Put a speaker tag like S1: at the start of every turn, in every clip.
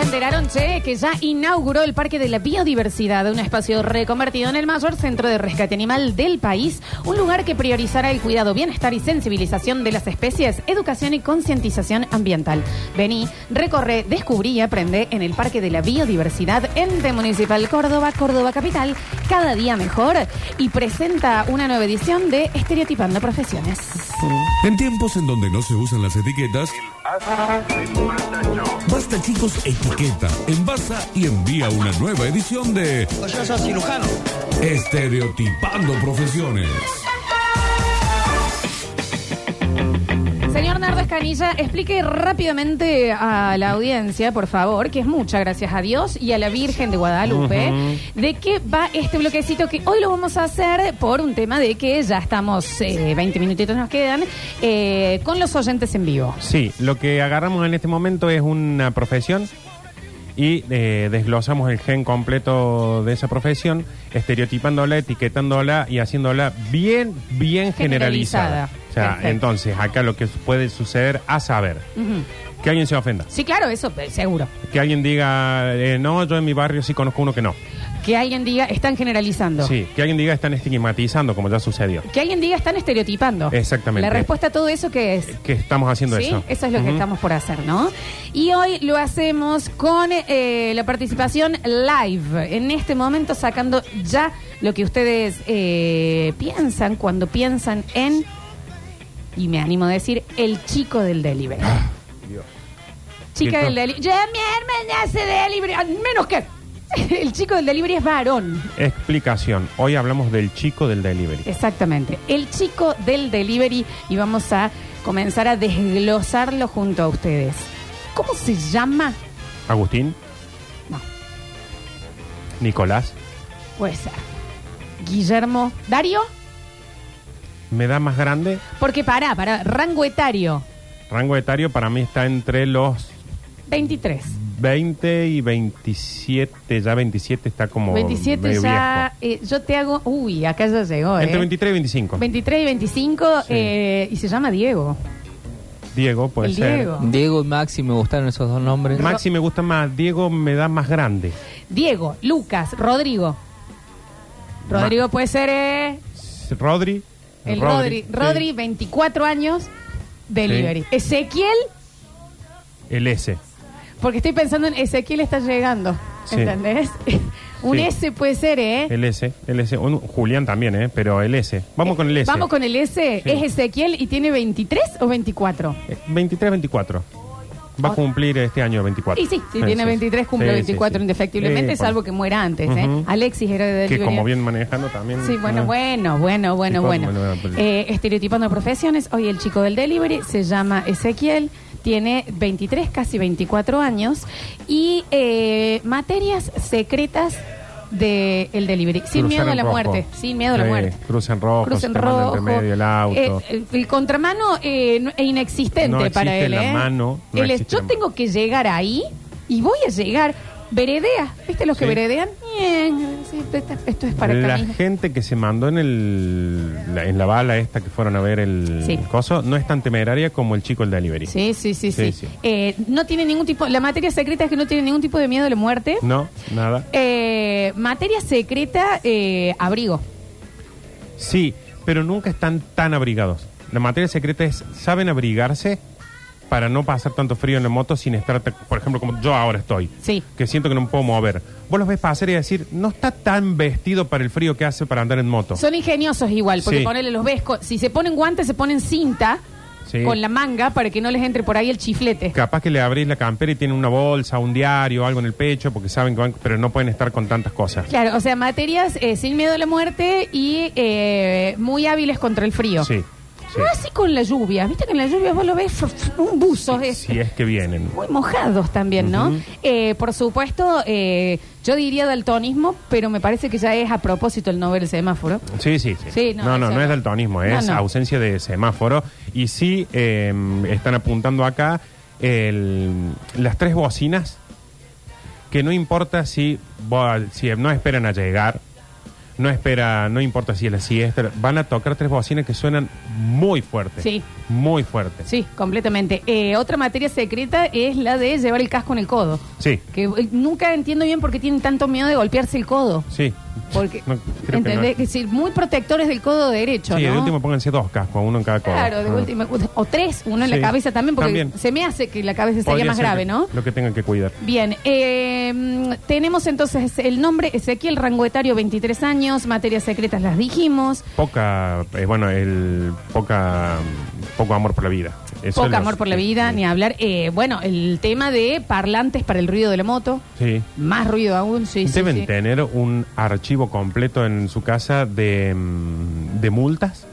S1: enteraron, che, que ya inauguró el Parque de la Biodiversidad, un espacio reconvertido en el mayor centro de rescate animal del país, un lugar que priorizará el cuidado, bienestar y sensibilización de las especies, educación y concientización ambiental. Vení, recorre, descubrí y aprende en el Parque de la Biodiversidad, ente municipal Córdoba, Córdoba Capital, cada día mejor, y presenta una nueva edición de Estereotipando Profesiones.
S2: En tiempos en donde no se usan las etiquetas, Basta chicos etiqueta, envasa y envía una nueva edición de
S3: Yo soy cirujano.
S2: Estereotipando Profesiones.
S1: Señor Nardo Escanilla, explique rápidamente a la audiencia, por favor, que es mucha, gracias a Dios y a la Virgen de Guadalupe, de qué va este bloquecito que hoy lo vamos a hacer por un tema de que ya estamos, eh, 20 minutitos nos quedan, eh, con los oyentes en vivo.
S4: Sí, lo que agarramos en este momento es una profesión y eh, desglosamos el gen completo de esa profesión, estereotipándola, etiquetándola y haciéndola bien, bien
S1: Generalizada.
S4: generalizada. O sea,
S1: Perfecto.
S4: entonces acá lo que puede suceder a saber,
S1: Ujú.
S4: que alguien se ofenda,
S1: Sí, claro, eso eh, seguro.
S4: que alguien diga, eh, no, yo en mi barrio sí conozco uno que no.
S1: Que alguien diga, están generalizando.
S4: Sí, que alguien diga, están estigmatizando, como ya sucedió.
S1: Que alguien diga, están estereotipando.
S4: Exactamente.
S1: La respuesta a todo eso que es...
S4: Que estamos haciendo
S1: Sí,
S4: eso.
S1: es lo que
S4: Ujú.
S1: estamos por hacer, ¿no? Y hoy lo hacemos con eh, la participación live. En este momento sacando ya lo que ustedes eh, piensan cuando piensan en, y me animo a decir, el chico del delivery.
S4: Ah,
S1: Chica
S4: Chico.
S1: del delivery. Ya mi hermana hace delivery. al menos que el chico del delivery es varón.
S4: Explicación. Hoy hablamos del chico del delivery.
S1: Exactamente. El chico del delivery y vamos a comenzar a desglosarlo junto a ustedes. ¿Cómo se llama?
S4: Agustín,
S1: No,
S4: Nicolás,
S1: puede ser. Guillermo. ¿Dario?
S4: me da más grande.
S1: Porque para, para, rango etario.
S4: Rango etario para mí está entre los
S1: 23.
S4: 20 y 27. Ya 27 está como
S1: 27
S4: medio
S1: ya. eh, yo te hago. Uy, acá ya llegó,
S4: viejo.
S1: ¿eh?
S4: Entre 23 y 25.
S1: 23 y 25.
S4: Sí.
S1: eh, y se llama Diego.
S4: Diego puede
S1: el
S4: ser.
S1: Diego.
S3: Diego y Maxi me gustaron esos dos nombres.
S4: Maxi me gusta más. Diego me da más grande.
S1: Diego, Lucas, Rodrigo. Rodrigo puede ser. eh,
S4: Rodri.
S1: El Rodri.
S4: sí.
S1: Rodri, 24 años, delivery.
S4: Sí.
S1: Ezequiel,
S4: El S.
S1: porque estoy pensando en Ezequiel está llegando.
S4: Sí.
S1: ¿Entendés? Un
S4: Sí.
S1: S puede ser, ¿eh?
S4: El S. El S. Un- Julián también, ¿eh? Pero el S. Vamos con el S.
S1: Vamos con el S.
S4: Sí.
S1: Es Ezequiel y tiene 23 o 24.
S4: Eh, 23, 24. Va a cumplir este año 24.
S1: Y sí, si
S4: Sí,
S1: tiene
S4: sí,
S1: 23,
S4: sí.
S1: cumple
S4: Sí,
S1: 24
S4: sí, sí.
S1: indefectiblemente,
S4: Eh,
S1: salvo
S4: bueno,
S1: que muera antes, ¿eh?
S4: Ujú.
S1: Alexis era de
S4: Que
S1: delivery.
S4: como bien manejando también.
S1: Sí, bueno,
S4: ah,
S1: bueno, bueno, bueno,
S4: Sí,
S1: bueno.
S4: bueno, bueno.
S1: Eh, estereotipando profesiones, hoy el chico del delivery se llama Ezequiel, tiene 23, casi 24 años, y eh, materias secretas del el delivery. Sin
S4: cruzar
S1: miedo a
S4: en
S1: la
S4: rojo.
S1: muerte, sin miedo a la
S4: Sí,
S1: muerte.
S4: Crucen rojo,
S1: Cruz
S4: se
S1: en
S4: te manda
S1: rojo.
S4: entre medio el auto.
S1: Eh, eh, el contramano eh, no- es inexistente
S4: No existe
S1: para él.
S4: la
S1: ¿eh?
S4: mano, no
S1: Él es,
S4: existe
S1: yo
S4: la mano".
S1: tengo que llegar ahí y voy a llegar. Veredea, ¿viste los que
S4: Sí.
S1: veredean? Bien, sí, esto- esto es para
S4: la
S1: caminar.
S4: gente que se mandó en el la- en la bala esta que fueron a ver el
S1: Sí.
S4: coso no es tan temeraria como el chico el delivery.
S1: Sí, sí, sí, sí.
S4: Sí, sí.
S1: Eh, no tiene ningún tipo, la materia secreta es que no tiene ningún tipo de miedo a la muerte.
S4: No, nada.
S1: Eh, materia secreta, eh, abrigo.
S4: Sí, pero nunca están tan abrigados. La materia secreta es, saben abrigarse para no pasar tanto frío en la moto sin estar, ta- por ejemplo, como yo ahora estoy.
S1: Sí.
S4: Que siento que no me puedo mover. Vos los ves pasar y decir, no está tan vestido para el frío que hace para andar en moto.
S1: Son ingeniosos igual, porque
S4: Sí.
S1: ponele los ves, co- si se ponen guantes, se ponen cinta
S4: Sí.
S1: con la manga para que no les entre por ahí el chiflete.
S4: Capaz que le abrís la campera y tienen una bolsa, un diario, algo en el pecho, porque saben que van, pero no pueden estar con tantas cosas.
S1: Claro, o sea, materias eh, sin miedo a la muerte y eh, muy hábiles contra el frío.
S4: Sí. sí.
S1: No así con la lluvia, viste que en la lluvia vos lo ves f- f- un buzo. es-
S4: Si es que vienen.
S1: muy mojados también, ¿no? Eh, por supuesto, eh, yo diría daltonismo, pero me parece que ya es a propósito el no ver el semáforo.
S4: Sí, sí, sí.
S1: Sí, no,
S4: no, no, no,
S1: eso no.
S4: es daltonismo, es
S1: No, no.
S4: ausencia de semáforo. Y sí, eh, están apuntando acá el- las tres bocinas, que no importa si, bo- si no esperan a llegar, no espera, no importa si es la siesta, van a tocar tres bocinas que suenan muy fuerte.
S1: Sí.
S4: Muy fuerte.
S1: Sí, completamente. Eh, otra materia secreta es la de llevar el casco en el codo.
S4: Sí.
S1: Que eh, nunca entiendo bien por qué tienen tanto miedo de golpearse el codo.
S4: Sí.
S1: Porque,
S4: No, creo que no.
S1: ¿entendés? Que sí, muy protectores del codo derecho,
S4: Sí,
S1: ¿no?
S4: de último pónganse dos cascos, uno en cada codo.
S1: Claro, de
S4: Ah.
S1: última. O tres, uno en
S4: Sí.
S1: la cabeza también, porque
S4: También.
S1: se me hace que la cabeza sería
S4: Podría
S1: más
S4: ser
S1: grave,
S4: que-
S1: ¿no?
S4: Lo que tengan que cuidar.
S1: Bien, eh, tenemos entonces el nombre Ezequiel Ranguetario, 23 años, materias secretas las dijimos,
S4: Poca, eh, bueno, el poca, poco amor por la vida. Eso es
S1: poco
S4: lo-
S1: amor por la vida, ni hablar. Eh, bueno, el tema de parlantes para el ruido de la moto,
S4: Sí.
S1: más ruido aún, sí, sí,
S4: Deben
S1: sí.
S4: tener un archivo completo en su casa de, mm, de multas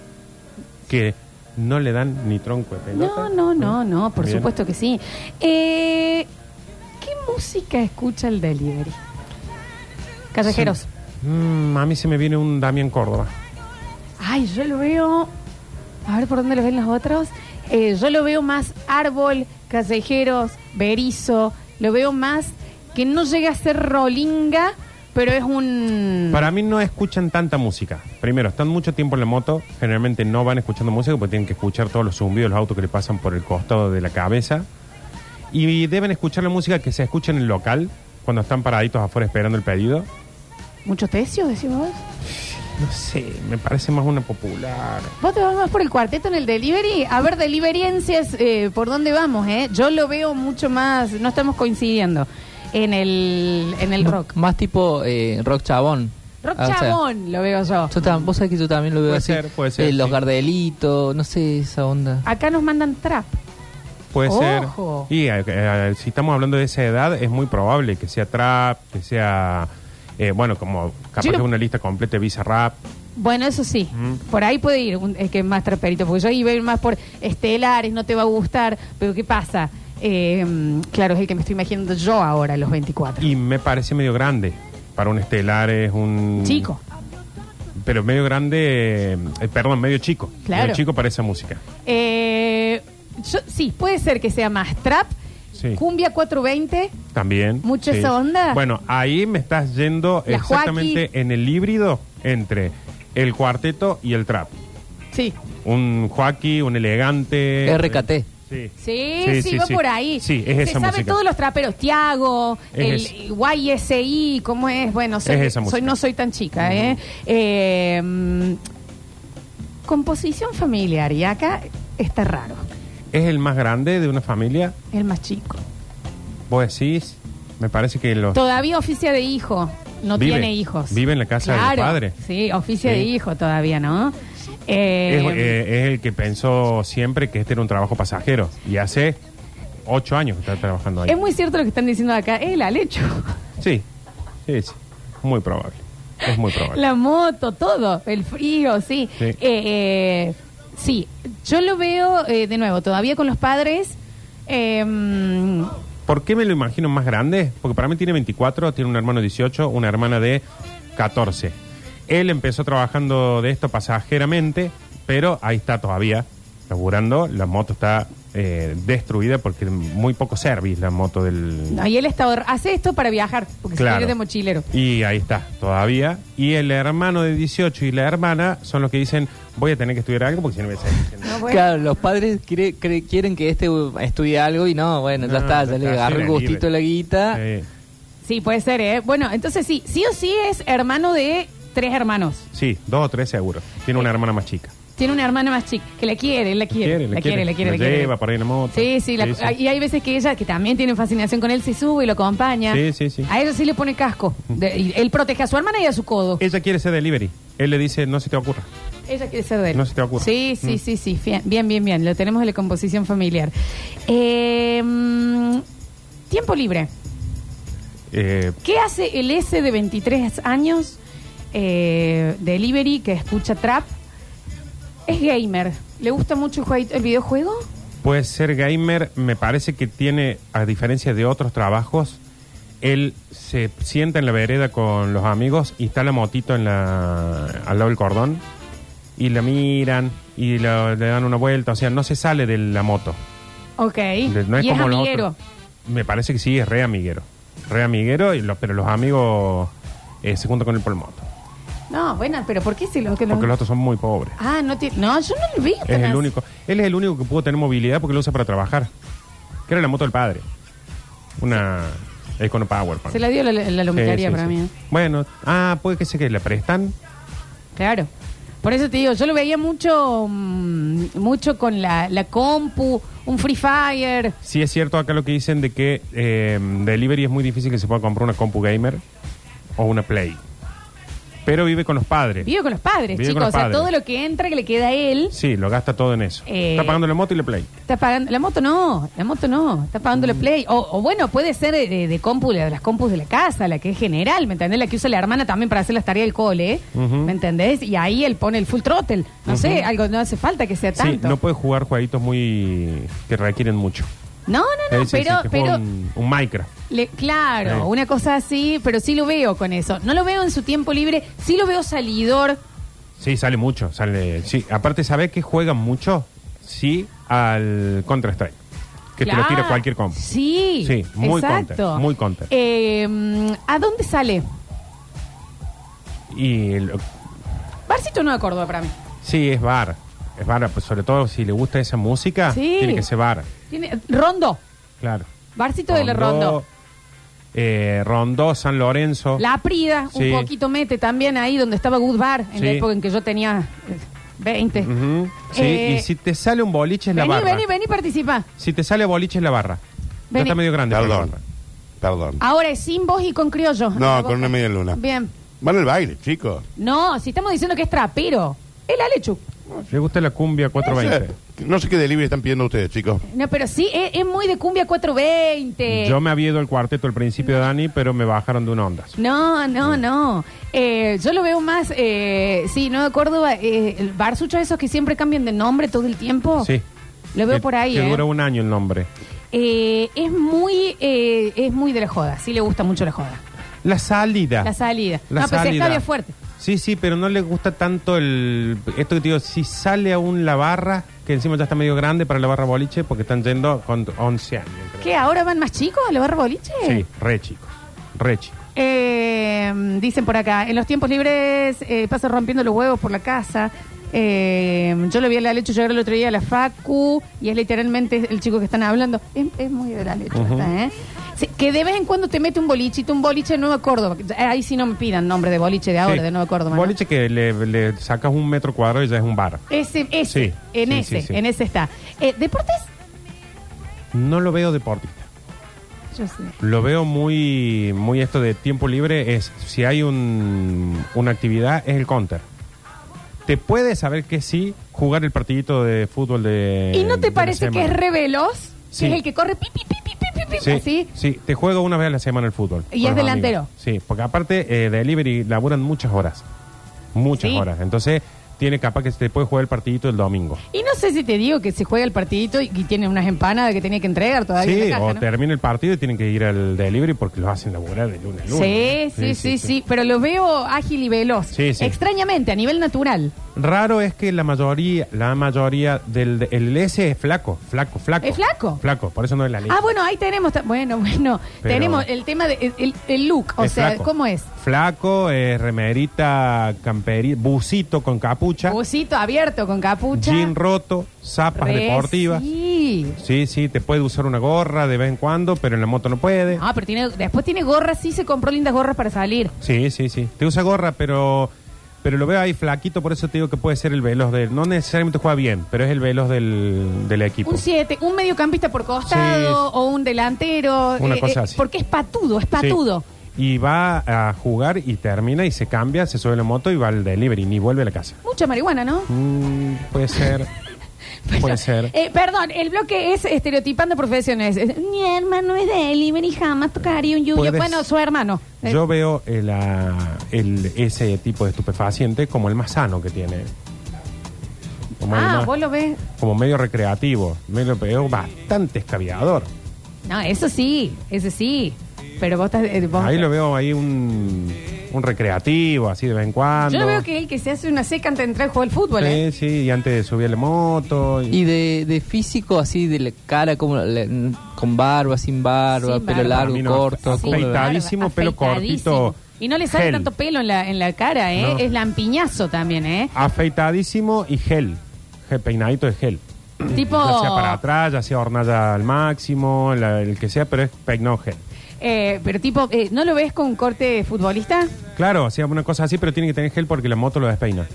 S4: que no le dan ni tronco de pelota.
S1: No, no, no, no, por
S4: Bien.
S1: supuesto que sí. Eh, ¿Qué música escucha el delivery? Callejeros.
S4: Mm, a mí se me viene un Damián Córdoba.
S1: Ay, yo lo veo. A ver por dónde lo ven los otros. Eh, yo lo veo más árbol, callejeros, berizo. Lo veo más que no llega a ser rolinga, pero es un.
S4: Para mí no escuchan tanta música. Primero, están mucho tiempo en la moto, generalmente no van escuchando música porque tienen que escuchar todos los zumbidos de los autos que le pasan por el costado de la cabeza. Y deben escuchar la música que se escucha en el local cuando están paraditos afuera esperando el pedido.
S1: ¿Muchos tecios, decís vos?
S4: No sé, me parece más una popular.
S1: Vos te vas más por el cuarteto en el delivery. A ver, deliveriencias, eh, ¿por dónde vamos, eh? Yo lo veo mucho más. No estamos coincidiendo en el, en el rock.
S3: Más tipo eh, rock chabón.
S1: Rock
S3: Ah, o sea,
S1: chabón, lo veo yo.
S3: yo tam- vos sabés que yo también lo veo
S4: Puede
S3: así.
S4: ser, puede ser,
S3: Eh, los
S4: sí.
S3: gardelitos, no sé, esa onda.
S1: Acá nos mandan trap.
S4: Puede
S1: Ojo.
S4: ser. Y eh, eh, si estamos hablando de esa edad, es muy probable que sea trap, que sea. eh, bueno, como capaz
S1: Yo
S4: que
S1: lo-
S4: una lista completa de Visa Rap.
S1: Bueno, eso sí, por ahí puede ir, un- es que es más traperito, porque yo iba a ir más por estelares, no te va a gustar, pero ¿qué pasa? Eh, mm, claro, es el que me estoy imaginando yo ahora, a los 24.
S4: Y me parece medio grande. Para un estelar es un.
S1: Chico,
S4: Pero medio grande. eh, perdón, medio chico.
S1: Claro.
S4: Medio chico para esa música.
S1: Eh, yo- sí, puede ser que sea más trap,
S4: Sí.
S1: cumbia 420,
S4: También.
S1: Mucho
S4: sí.
S1: esa onda.
S4: Bueno, ahí me estás yendo
S1: La
S4: exactamente
S1: Joaquí.
S4: en el híbrido entre el cuarteto y el trap.
S1: sí.
S4: Un Joaquí, un elegante.
S3: RKT.
S4: Sí.
S1: Sí, sí,
S4: Sí, sí,
S1: va
S4: sí.
S1: por ahí.
S4: Sí, es
S1: Se
S4: esa
S1: sabe
S4: música.
S1: todos los traperos, Tiago, el
S4: Es
S1: YSI, ¿cómo es? Bueno, soy,
S4: Es esa
S1: soy-
S4: música.
S1: no soy tan chica, ¿eh? Eh, mm, composición familiar, y acá está raro,
S4: es el más grande de una familia.
S1: el más chico.
S4: Vos decís, me parece que los.
S1: Todavía oficia de hijo, no
S4: Vive.
S1: tiene hijos.
S4: Vive en la casa de los
S1: Claro,
S4: padres.
S1: Sí, oficia
S4: Sí.
S1: de hijo todavía, ¿no? Eh,
S4: Es, eh, es el que pensó siempre que este era un trabajo pasajero. Y hace ocho años que está trabajando ahí.
S1: es muy cierto lo que están diciendo acá, el Alecho.
S4: Sí, sí, sí. Muy probable. Es muy probable.
S1: La moto, todo, el frío, sí.
S4: Sí.
S1: Eh, eh, sí, yo lo veo eh, de nuevo, todavía con los padres. eh, mm,
S4: ¿Por qué me lo imagino más grande? Porque para mí tiene 24, tiene un hermano de 18, una hermana de 14. Él empezó trabajando de esto pasajeramente, pero ahí está todavía laburando. La moto está eh, destruida porque muy poco service la moto del...
S1: no, y él está, ahor- hace esto para viajar, porque se quiere de mochilero.
S4: Y ahí está, todavía. Y el hermano de 18 y la hermana son los que dicen, voy a tener que estudiar algo porque si no voy a ser eficiente".
S1: No, bueno.
S3: Claro, los padres quiere- cre- quieren que este uh, estudie algo y no, bueno,
S4: No,
S3: ya está,
S4: ya
S3: ya le
S4: está,
S3: agarró el
S4: sí, la libre.
S3: gustito a la guita.
S4: Eh,
S1: Sí, puede ser, ¿eh? Bueno, entonces sí, sí o sí es hermano de tres hermanos.
S4: sí, dos o tres seguro. Tiene
S1: Eh.
S4: una hermana más chica.
S1: Tiene una hermana más chica, que la quiere, la quiere, la quiere, la quiere, la
S4: La
S1: quiere.
S4: lleva por ahí en la moto.
S1: Sí, sí, la-
S4: Sí, sí.
S1: y hay veces que ella, que también tiene fascinación con él, se sube y lo acompaña.
S4: Sí, sí, sí.
S1: A ella sí le pone casco. De- y él protege a su hermana y a su codo.
S4: Ella quiere ser delivery. Él le dice, no se te ocurra.
S1: Ella quiere ser de él.
S4: No se te Mm. ocurra.
S1: Sí, sí, sí, sí. fia- Bien, bien, bien. Lo tenemos en la composición familiar. Eh, mm, tiempo libre.
S4: Eh,
S1: ¿Qué hace el S de 23 años, eh, delivery, que escucha trap? Es gamer. ¿Le gusta mucho el, jueguito- el videojuego?
S4: puede ser gamer. Me parece que tiene, a diferencia de otros trabajos, él se sienta en la vereda con los amigos y está la motito en la, al lado del cordón. Y la miran y lo- le dan una vuelta. O sea, no se sale de la moto.
S1: Ok.
S4: De- no es
S1: y
S4: como
S1: es
S4: los
S1: amiguero.
S4: otros. Me parece que sí, es re amiguero. Re amiguero, y los- pero los amigos eh, se juntan con el polmoto.
S1: No, bueno, pero ¿por qué si los que no-
S4: Porque los otros son muy pobres.
S1: Ah, no, ti- no, yo no lo vi.
S4: Es
S1: tenés-
S4: el único. Él es el único que pudo tener movilidad porque lo usa para trabajar. Que era la moto del padre. Una Econo Power. para
S1: Se
S4: mí.
S1: la dio la, la, la
S4: Sí,
S1: luminaria
S4: sí,
S1: para
S4: sí.
S1: mí. ¿eh?
S4: Bueno, ah, puede que sea que la prestan.
S1: Claro. Por eso te digo, yo lo veía mucho mm, mucho con la, la compu, un Free Fire.
S4: Sí es cierto acá lo que dicen de que eh, delivery es muy difícil que se pueda comprar una compu gamer o una play. Pero vive con los padres.
S1: Vive con los padres,
S4: Vive
S1: chicos.
S4: con los
S1: o sea,
S4: padres.
S1: todo lo que entra que le queda a él,
S4: Sí, lo gasta todo en eso.
S1: Eh.
S4: Está pagando la moto y la play.
S1: está pagando. La moto no, la moto no, está pagando
S4: Mm.
S1: la Play. O, o bueno, puede ser de, de- de compu, de las compus de la casa, la que es general, ¿me entendés? La que usa la hermana también para hacer las tareas del cole, ¿eh?
S4: Ujú.
S1: ¿me entendés? Y ahí él pone el full throttle. No sé, algo no hace falta que sea
S4: Sí,
S1: tanto.
S4: no puede jugar jueguitos muy que requieren mucho.
S1: no, no, no,
S4: Es decir,
S1: pero,
S4: que juega
S1: pero
S4: un, un Minecraft.
S1: Le- claro,
S4: Sí.
S1: una cosa así, pero sí lo veo con eso. No lo veo en su tiempo libre, sí lo veo salidor.
S4: Sí, sale mucho, sale. Sí, aparte sabes que juegan mucho sí al Counter Strike, que te lo tira
S1: Claro.
S4: cualquier comp.
S1: Sí,
S4: Sí, muy
S1: exacto.
S4: counter, muy counter.
S1: Eh, mm, ¿A dónde sale?
S4: Y el-
S1: Barcito Nueva Córdoba para mí.
S4: sí es bar, es bar, pues, sobre todo si le gusta esa música,
S1: Sí.
S4: tiene que ser bar,
S1: Tiene, Rondo,
S4: claro.
S1: Barcito de la Rondo.
S4: eh, Rondó, San Lorenzo.
S1: La Aprida,
S4: Sí.
S1: un poquito mete también ahí donde estaba Good Bar, en la
S4: Sí.
S1: época en que yo tenía eh, 20.
S4: Ujú, Sí,
S1: Eh,
S4: y si te sale un boliche es la
S1: vení,
S4: barra.
S1: vení, vení, participa.
S4: Si te sale boliche es la barra. Ya
S1: Vení.
S4: está medio grande. para la
S5: Perdón.
S4: barra.
S5: Perdón.
S1: Ahora es sin voz y con criollo.
S5: No, con una media luna.
S1: Ah, Bien.
S5: Van al baile, chicos.
S1: No, si estamos diciendo que es trapero. El Alechu.
S4: Le gusta la cumbia
S5: O sea,
S4: 420.
S5: no sé qué delivery están pidiendo ustedes, chicos.
S1: No, pero sí, es, es muy de cumbia 420.
S4: Yo me había ido al cuarteto al principio de Dani, pero me bajaron de una onda.
S1: No, no, no. Eh, yo lo veo más, eh, sí, no de Córdoba, eh, el bar sucho esos que siempre cambian de nombre todo el tiempo.
S4: Sí.
S1: Lo veo
S4: Que-
S1: por ahí.
S4: Que
S1: eh.
S4: dura un año el nombre.
S1: Eh, es muy, eh, es muy de la joda. Sí le gusta mucho la joda.
S4: La salida.
S1: La salida.
S4: La
S1: no, pero se
S4: salida.
S1: escabia fuerte.
S4: Sí, sí, pero no le gusta tanto el... Esto que te digo, si sale aún la barra, que encima ya está medio grande para la barra boliche, porque están yendo con 11 años. creo.
S1: ¿Qué? ¿Ahora van más chicos a la barra boliche?
S4: Sí, re chicos. Re chicos.
S1: Eh, dicen por acá, en los tiempos libres eh, pasa rompiendo los huevos por la casa. Eh, yo lo vi a la leche llegar el otro día a la Facu y es literalmente el chico que están hablando. Es, es muy de la leche, ¿verdad, eh? Sí, que de vez en cuando te mete un bolichito, un boliche de Nueva Córdoba. Eh, Ahí sí no me pidan nombre de boliche de ahora,
S4: Sí.
S1: de Nueva Córdoba. ¿no?
S4: Boliche que le, le sacas un metro cuadrado y ya es un bar.
S1: Ese, ese,
S4: Sí,
S1: en
S4: sí,
S1: ese,
S4: sí, sí.
S1: en ese está. Eh, ¿Deportes?
S4: No lo veo deportista.
S1: Yo sé.
S4: Lo veo muy, muy esto de tiempo libre es si hay un, una actividad es el counter. Te puede saber que sí jugar el partidito de fútbol de.
S1: ¿Y no
S4: de
S1: te
S4: la
S1: parece que
S4: semana.
S1: es re veloz?
S4: Sí.
S1: Que es el que corre pi, pi, pi, pi, pi, pi,
S4: Sí,
S1: así.
S4: sí, te juega una vez a la semana el fútbol.
S1: Y
S4: con
S1: es
S4: los
S1: delantero.
S4: amigos. Sí, porque aparte eh, delivery laburan muchas horas, muchas
S1: Sí.
S4: horas. Entonces tiene capaz que se te puede jugar el partidito el domingo.
S1: Y no sé si te digo que se juega el partidito y, y tiene unas empanadas que tenía que entregar todavía. en
S4: Sí,
S1: la caja,
S4: o
S1: ¿no?
S4: termina el partido y tienen que ir al delivery porque los hacen laburar de lunes a
S1: sí,
S4: lunes.
S1: sí, sí, sí, pero lo veo ágil y veloz.
S4: Sí, sí.
S1: Extrañamente, a nivel natural.
S4: Raro es que la mayoría, la mayoría del el S es flaco, flaco, flaco.
S1: ¿Es flaco?
S4: Flaco, por eso no es la ley.
S1: Ah, bueno, ahí tenemos, ta- bueno, bueno,
S4: Pero-
S1: tenemos el tema del el, el look, o
S4: Es
S1: sea,
S4: flaco.
S1: ¿cómo es?
S4: Flaco, eh, remerita, camperita, busito con capucha,
S1: Busito abierto con capucha.
S4: jean roto, zapas
S1: Re-
S4: deportivas.
S1: Sí.
S4: Sí, sí, te puede usar una gorra de vez en cuando, pero en la moto no puede.
S1: Ah, pero tiene, después tiene gorras, sí se compró lindas gorras para salir.
S4: Sí, sí, sí. Te usa gorra, pero pero lo veo ahí flaquito, por eso te digo que puede ser el veloz del... No necesariamente juega bien, pero es el veloz del, del equipo.
S1: Un 7, un mediocampista por costado
S4: Sí.
S1: o un delantero. eh,
S4: Una cosa así.
S1: Porque es patudo, es patudo.
S4: Sí. Y va a jugar y termina y se cambia, se sube a la moto y va al delivery, ni vuelve a la casa.
S1: Mucha marihuana, ¿no?
S4: Mm, puede ser. puede ser.
S1: Eh, perdón, el bloque es estereotipando profesiones. Es, Mi hermano es delivery, jamás tocaría un yuyo.
S4: Puedes-
S1: Bueno, su hermano. Eh,
S4: Yo veo el, ah, el- ese tipo de estupefaciente como el más sano que tiene. Como el
S1: ah,
S4: más-
S1: vos lo ves.
S4: como medio recreativo. Me lo veo bastante escabiador.
S1: No, eso sí, ese sí. Pero vos estás. eh, vos-
S4: Ahí lo veo ahí un, un recreativo, así de vez en cuando.
S1: Yo lo veo que es el que se hace una seca antes de entrar al juego al fútbol. ¿eh?
S4: Sí, sí, y antes de subir a la moto. y-
S3: Y de, de físico, así, de la cara, como la- con barba, sin barba,
S1: Sin
S3: pelo
S1: barba.
S3: largo,
S4: Camino
S3: corto.
S1: Sí.
S3: ¿cómo lo ves?
S4: afeitadísimo, pelo
S1: Afeitadísimo.
S4: cortito,
S1: Y no le sale
S4: Gel.
S1: tanto pelo en la, en la cara, ¿eh?
S4: No.
S1: Es lampiñazo también, ¿eh?
S4: Afeitadísimo y gel. Ge- Peinadito de gel.
S1: Tipo.
S4: Ya sea para atrás, ya sea hornalla al máximo, la- el que sea, pero es peinado gel.
S1: eh, pero tipo, eh, ¿no lo ves con corte futbolista?
S4: Claro, hacía una cosa así, pero tiene que tener gel porque la moto lo despeina.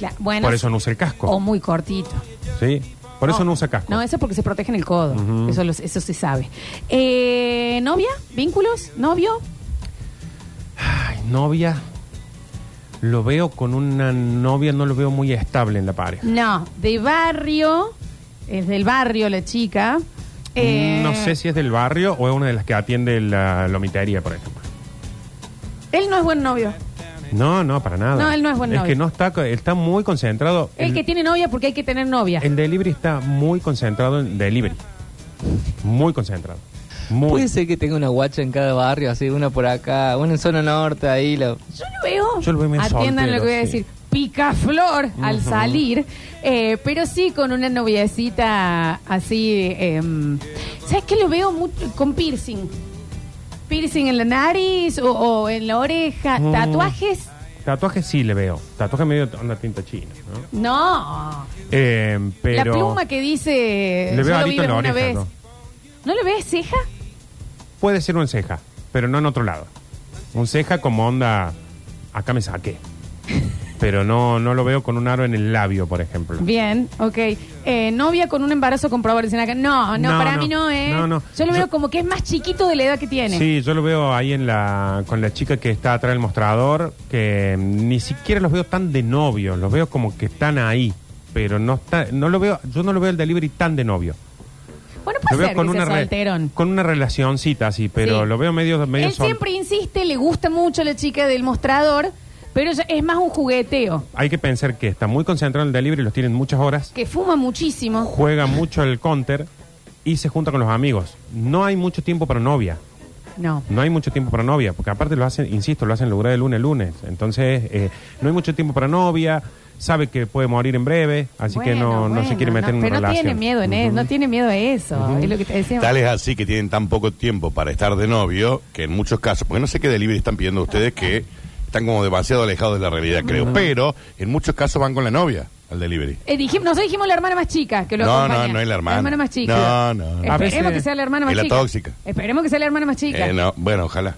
S1: Cla- bueno.
S4: Por eso no usa el casco.
S1: O muy cortito.
S4: ¿Sí? Por eso no usa casco.
S1: Oh. No, eso porque se protege en el codo.
S4: Ujú.
S1: eso, lo- eso se sabe. Eh, ¿Novia? ¿Vínculos? ¿Novio?
S4: Ay, novia. Lo veo con una novia, no lo veo muy estable en la pareja.
S1: No, de barrio. Es del barrio la chica. Eh,
S4: No sé si es del barrio o es una de las que atiende la lomitería, por ejemplo.
S1: Él no es buen novio.
S4: No, no, para nada.
S1: No, él no es buen
S4: Es
S1: novio.
S4: que no está, co- está muy concentrado.
S1: El
S4: El-
S1: que tiene novia porque hay que tener novia.
S4: El delivery está muy concentrado en delivery. Muy concentrado. Muy.
S3: Puede ser que tenga una guacha en cada barrio, así, una por acá, una en zona norte, ahí. Lo...
S1: Yo lo veo.
S4: Yo lo veo medio
S1: Atiendan lo
S4: soltero,
S1: que voy a
S4: sí.
S1: decir. Picaflor al salir, eh, pero sí con una noviecita así. em, ¿Sabes qué? Lo veo mucho con piercing. Piercing en la nariz o, o en la oreja.
S4: Mm.
S1: Tatuajes.
S4: Tatuaje sí le veo. Tatuaje medio onda tinta china, ¿no?
S1: No.
S4: Eh,
S1: la
S4: pero.
S1: pluma que dice.
S4: Le veo
S1: solo
S4: arito
S1: vives
S4: en la
S1: una
S4: oreja.
S1: vez.
S4: ¿no?
S1: ¿No le ves ceja?
S4: Puede ser un ceja, pero no en otro lado. Un ceja como onda. Acá me saqué. Pero no, no lo veo con un aro en el labio, por ejemplo.
S1: Bien, ok. Eh, novia con un embarazo comprobado. Dicen acá. No, no,
S4: No,
S1: para
S4: no.
S1: mí no, ¿eh?
S4: No, no.
S1: Yo lo veo
S4: Yo-
S1: como que es más chiquito de la edad que tiene.
S4: Sí, yo lo veo ahí en la, con la chica que está atrás del mostrador, que mm, ni siquiera los veo tan de novio, los veo como que están ahí, pero no está, no lo veo, yo no lo veo el delivery tan de novio.
S1: Bueno,
S4: Lo
S1: puede
S4: veo
S1: ser que se
S4: re-
S1: solterón.
S4: con una relacioncita así, pero
S1: Sí.
S4: lo veo medio medio
S1: Él
S4: sol-
S1: siempre insiste, le gusta mucho la chica del mostrador, pero ya- es más un jugueteo,
S4: Hay que pensar que está muy concentrado en el delivery, los tienen muchas horas,
S1: que fuma muchísimo.
S4: juega mucho el counter y se junta con los amigos. No hay mucho tiempo para novia.
S1: No.
S4: No hay mucho tiempo para novia, porque aparte lo hacen, insisto, lo hacen lograr de lunes a lunes. Entonces, eh, no hay mucho tiempo para novia, sabe que puede morir en breve, así que no,
S1: Bueno,
S4: no se
S1: bueno,
S4: quiere
S1: no,
S4: meter en una
S1: pero
S4: relación.
S1: no tiene miedo en eso, no tiene miedo a eso. Es lo que te decía.
S5: Tal es así que tienen tan poco tiempo para estar de novio que en muchos casos, porque no sé qué delivery están pidiendo ustedes que están como demasiado alejados de la realidad, creo,
S1: Mm.
S5: pero en muchos casos van con la novia al delivery.
S1: Eh, dijim- nosotros dijimos la hermana más chica que lo
S5: No,
S1: acompaña.
S5: no, no es la hermana.
S1: más chica.
S5: No, no, no.
S4: A
S1: Esperemos
S4: veces-
S1: que sea la hermana más
S5: Es la
S1: chica.
S5: tóxica.
S1: Esperemos que sea la hermana más chica.
S5: Eh, no, bueno, ojalá.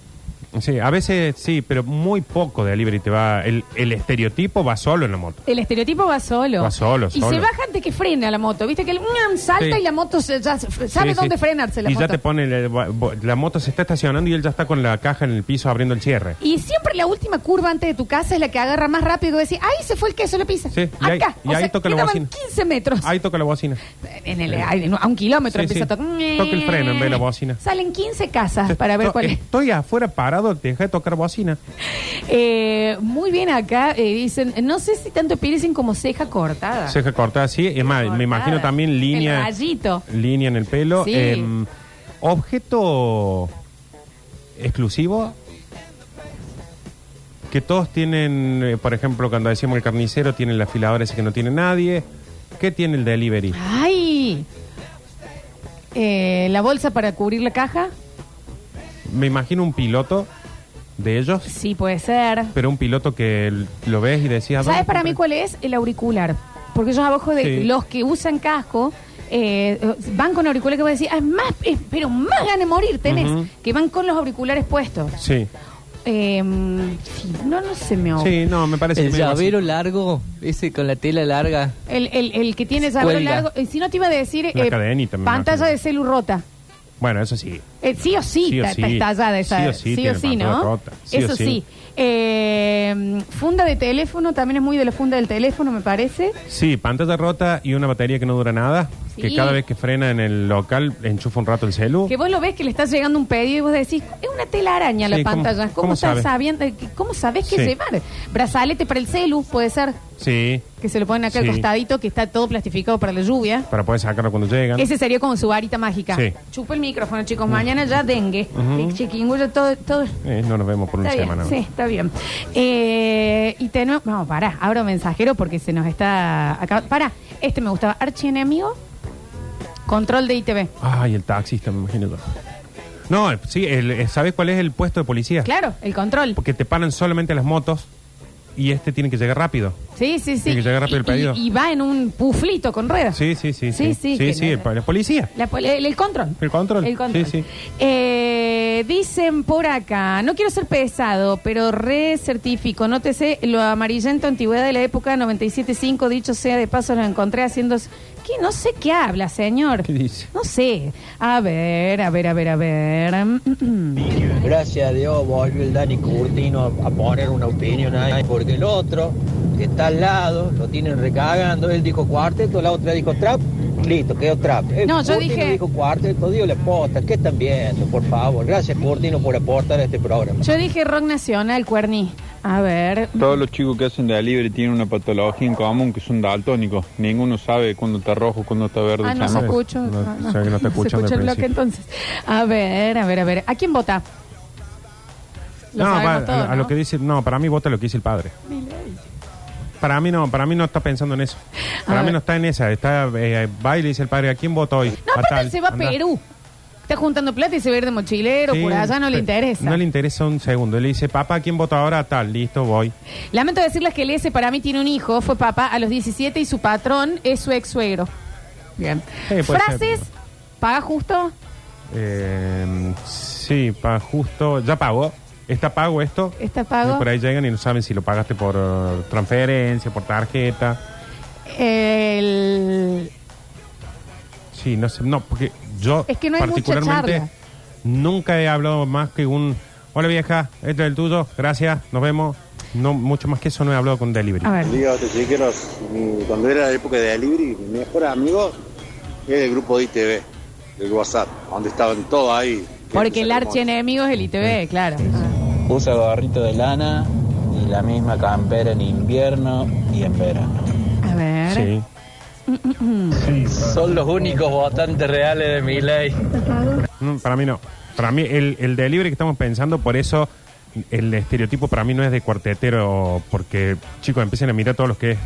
S4: Sí, a veces sí, pero muy poco delivery te va. El, el estereotipo va solo en la moto.
S1: El estereotipo va solo.
S4: Va solo,
S1: Y se
S4: solo.
S1: baja antes que frena la moto. Viste que el mm, salta
S4: Sí.
S1: y la moto se- ya se- sabe
S4: Sí, sí.
S1: dónde frenarse la
S4: y
S1: moto.
S4: ya te pone. el- La, la moto se está estacionando y él ya está con la caja en el piso abriendo el cierre.
S1: Y siempre la última curva antes de tu casa es la que agarra más rápido y vos decís, ahí se fue el queso, la pizza.
S4: Sí, y ahí-
S1: Acá.
S4: y
S1: O
S4: ahí
S1: sea,
S4: toca la
S1: quedaban
S4: bocina.
S1: 15 metros.
S4: Ahí toca la bocina.
S1: En el- ahí, a un kilómetro
S4: Sí,
S1: empieza
S4: sí.
S1: a tocar.
S4: Toca el freno en vez de la bocina.
S1: Salen 15 casas para ver
S4: Yo
S1: cuál es.
S4: Estoy afuera parado, te deja de tocar bocina.
S1: Eh, muy bien acá, eh, dicen, no sé si tanto piercing como ceja cortada.
S4: Ceja cortada así, es
S1: Ah.
S4: más,
S1: Cortada.
S4: me imagino también línea.
S1: El rayito.
S4: Línea en el pelo.
S1: Sí.
S4: Em, objeto exclusivo que todos tienen, eh, por ejemplo, cuando decimos el carnicero, tiene el afilador ese que no tiene nadie. ¿Qué tiene el
S1: Ah.
S4: delivery?
S1: Ay. Eh, la bolsa para cubrir la caja.
S4: Me imagino un piloto de ellos,
S1: Sí, puede ser.
S4: pero un piloto que l- lo ves y decías... "¿Dónde
S1: ¿Sabes para mí
S4: compré?".
S1: cuál es? El auricular. Porque ellos abajo de
S4: Sí.
S1: los que usan casco eh, van con auriculares que voy a decir, "Ah, es más, es- pero más ganas de morir tenés,
S4: Ujú.
S1: que van con los auriculares puestos.
S4: Sí,
S1: Eh, sí, no, no se me ocurre.
S4: sí, no, me parece...
S3: El
S4: medio así.
S3: llavero largo, ese con la tela larga.
S1: El, el, el que tiene sabor
S3: Cuelga.
S1: largo. eh, si no te iba a decir,
S4: La cadenita, me
S1: pantalla
S4: imagino.
S1: de celu rota.
S4: Bueno, eso sí.
S1: Eh, sí o sí,
S4: Sí o
S1: está,
S4: sí.
S1: está estallada esa.
S4: Sí o sí tiene pantalla
S1: ¿no?
S4: rota. Sí o
S1: Eso sí.
S4: sí.
S1: Eh, funda de teléfono, también es muy de la funda del teléfono, me parece.
S4: Sí, pantalla rota y una batería que no dura nada,
S1: Sí.
S4: que cada vez que frena en el local enchufa un rato el celu.
S1: Que vos lo ves que le estás llegando un pedido y vos decís, es una telaraña la
S4: Sí, ¿cómo-
S1: pantalla. ¿Cómo,
S4: cómo
S1: estás
S4: sabe?
S1: sabiendo? eh, ¿Cómo sabés qué
S4: Sí.
S1: llevar? Brazalete para el celu, puede ser,
S4: Sí,
S1: que se lo ponen acá al
S4: Sí.
S1: costadito, que está todo plastificado para la lluvia.
S4: para poder sacarlo cuando llegan.
S1: Ese sería como su varita mágica.
S4: Sí.
S1: Chupa el micrófono, chicos. Mañana ya dengue. Chiquinguyo, todo, todo.
S4: Eh, no nos vemos por una
S1: Está bien,
S4: semana. ¿no?
S1: sí, está bien. Eh, y tenemos. No, pará, abro mensajero porque se nos está. Acá. Pará, este me gustaba. Archienemigo. Control de ITV.
S4: Ay, el taxista, me imagino yo. No, eh, sí, el- eh, ¿sabes cuál es el puesto de policía?
S1: Claro, el control.
S4: Porque te paran solamente las motos y este tiene que llegar rápido.
S1: Sí, sí, sí.
S4: Y que llegue rápido el
S1: Y- y-
S4: pedido.
S1: Y, va en un puflito con ruedas.
S4: Sí, sí, sí.
S1: Sí,
S4: Sí,
S1: sí,
S4: sí,
S1: que no-
S4: el pa- la policía.
S1: La pol- el, el control.
S4: El control.
S1: El control.
S4: Sí, sí.
S1: Eh, dicen por acá, no quiero ser pesado, pero recertifico. Nótese lo amarillento antigüedad de la época 97.5. Dicho sea de paso, lo encontré haciendo. ¿Qué? No sé qué habla, señor.
S4: ¿Qué dice?
S1: No sé. A ver, a ver, a ver, a ver.
S6: Gracias a Dios volvió el Dani Curtino a, a poner una opinión ahí, porque el otro que está al lado lo tienen recagando. Él dijo cuarteto, la otra dijo trap, listo, quedó trap. El
S1: No, yo
S6: Curtino
S1: dije-
S6: dijo cuarteto, dio la posta. ¿Qué están viendo? Por favor, gracias Curtino por aportar a este programa.
S1: Yo dije rock nacional, cuerni. A ver.
S7: Todos los chicos que hacen delivery tienen una patología en común que son daltónicos. Ninguno sabe cuándo está rojo, cuándo está verde.
S1: Ah, no se
S7: chamaco.
S1: escucha.
S4: No,
S1: Ah,
S4: o sea que no te
S1: se
S4: escuchan
S1: escucha
S4: del
S1: el bloque
S4: principio.
S1: entonces. A ver, a ver, a ver. ¿A quién vota? Lo
S4: no,
S1: sabemos
S4: va- a-
S1: todos,
S4: a, lo
S1: ¿no?
S4: que dice, no, para mí vota lo que dice el padre. Para mí no, para mí no está pensando en eso. Para
S1: ver.
S4: mí no está en esa. Está, eh, va y le dice el padre, ¿a quién vota hoy?
S1: No,
S4: A
S1: aparte
S4: tal.
S1: él se va
S4: Anda.
S1: a Perú. Está juntando plata y se va a ir de mochilero,
S4: Sí,
S1: por allá no le
S4: pe-
S1: interesa.
S4: No le interesa un segundo. Él le dice, papá, ¿a quién vota ahora? A Tal, listo, voy.
S1: Lamento decirles que el S para mí tiene un hijo, fue papá a los 17 y su patrón es su ex suegro. Bien.
S4: Sí, puede
S1: Frases,
S4: ser.
S1: paga justo.
S4: Eh, sí, pa, justo, ya pagó. ¿Está pago esto?
S1: Está pago.
S4: Y por ahí llegan y no saben si lo pagaste por eh, transferencia, por tarjeta.
S1: El...
S4: Sí, no sé, no, porque yo
S1: Es que no hay mucha
S4: particularmente
S1: charla.
S4: nunca he hablado más que un, hola vieja, este es el tuyo, gracias, nos vemos. No, mucho más que eso no he hablado con delivery.
S1: A ver.
S8: Dígate, chiqueros, mi- cuando era la época de Alibri, mi mejor amigo era el grupo de ITV, del WhatsApp, donde estaban todos ahí.
S1: Porque el archienemigo es el ITV, claro. Ah.
S6: Usa gorrito de lana y la misma campera en invierno y en verano.
S1: A ver.
S4: Sí.
S6: Son los únicos votantes reales de mi ley.
S4: No, para mí no. Para mí, el, el delivery que estamos pensando, por eso el estereotipo para mí no es de cuartetero, porque, chicos, empiecen a mirar todos los que es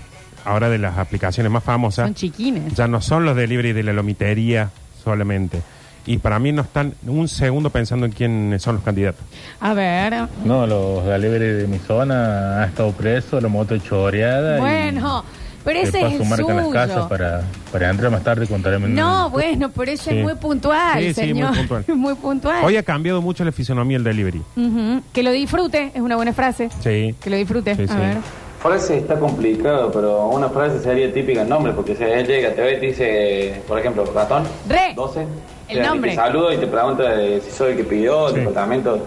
S4: ahora de las aplicaciones más famosas.
S1: Son chiquines.
S4: Ya no son los delivery de la lomitería solamente. Y para mí no están un segundo pensando en quién son los candidatos.
S1: A ver.
S9: No, los delivery de mi zona ha estado preso, la moto choreada.
S1: Bueno, pero
S9: y
S1: ese es
S9: después
S1: el
S9: su marca en las casas
S1: suyo.
S9: para, para entrar más tarde y contarme.
S1: No, bueno, pero eso es
S4: Sí.
S1: muy puntual,
S4: Sí, sí, muy
S1: señor.
S4: puntual.
S1: muy puntual.
S4: Hoy ha cambiado mucho la fisonomía el delivery.
S1: Ujú. Que lo disfrute, es una buena frase.
S4: Sí.
S1: Que lo disfrute.
S4: Sí,
S1: a
S4: sí.
S1: ver.
S10: Frase está complicado, pero una frase sería típica en nombre, porque si él llega, te ve y te dice, por ejemplo, ratón,
S1: Re.
S10: 12,
S1: El
S10: te-
S1: nombre.
S10: Te saludo y te pregunta de si soy el que pidió, el
S4: Sí.
S10: departamento.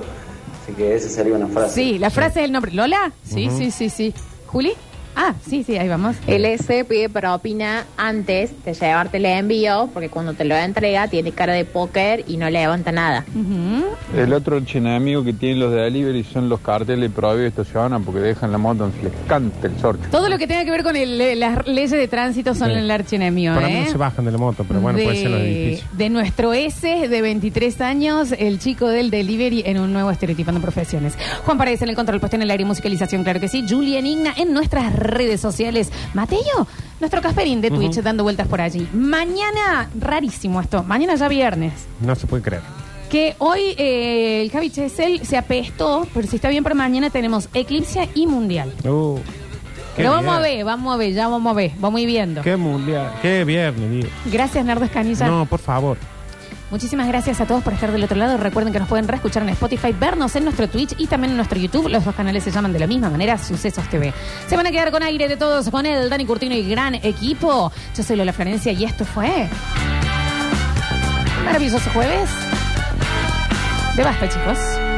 S10: Así que esa sería una frase.
S1: Sí, la frase es el nombre. ¿Lola? Sí, sí, sí, sí. ¿Juli? Ah, sí, sí, ahí vamos.
S11: El S pide propina antes de llevarte el envío, porque cuando te lo entrega tiene cara de póker y no levanta nada.
S7: El otro enemigo que tienen los delivery son los carteles prohibidos estacionan porque dejan la moto en les canta el sorcho.
S1: Todo lo que tenga que ver con el- eh, las leyes de tránsito son
S4: Sí.
S1: el archienemigo,
S4: Para mí
S1: ¿eh?
S4: no se bajan de la moto, pero bueno, puede ser los
S1: de,
S4: edificios.
S1: de nuestro S de 23 años, el chico del delivery en un nuevo estereotipando profesiones. Juan Paredes en el control, puesto en el aire y musicalización, claro que sí. Julian Igna en nuestras redes sociales. Mateo, nuestro Casperín de Twitch dando vueltas por allí. Mañana, rarísimo esto, mañana ya viernes.
S4: No se puede creer.
S1: Que hoy eh, el Javi Chesel se apestó, pero si está bien para mañana tenemos eclipse y mundial.
S4: Uh, qué
S1: Pero vamos a
S4: bien.
S1: ver, vamos a ver, ya vamos a ver, vamos a ir viendo.
S4: Qué mundial. Qué viernes, digo.
S1: Gracias, Nardo Escanilla.
S4: No, por favor.
S1: Muchísimas gracias a todos por estar del otro lado. Recuerden que nos pueden reescuchar en Spotify, vernos en nuestro Twitch y también en nuestro YouTube. Los dos canales se llaman de la misma manera Sucesos TV. Se van a quedar con aire de todos, con el Dani Curtino y gran equipo. Yo soy Lola Florencia y esto fue. Maravilloso jueves. De basta, chicos.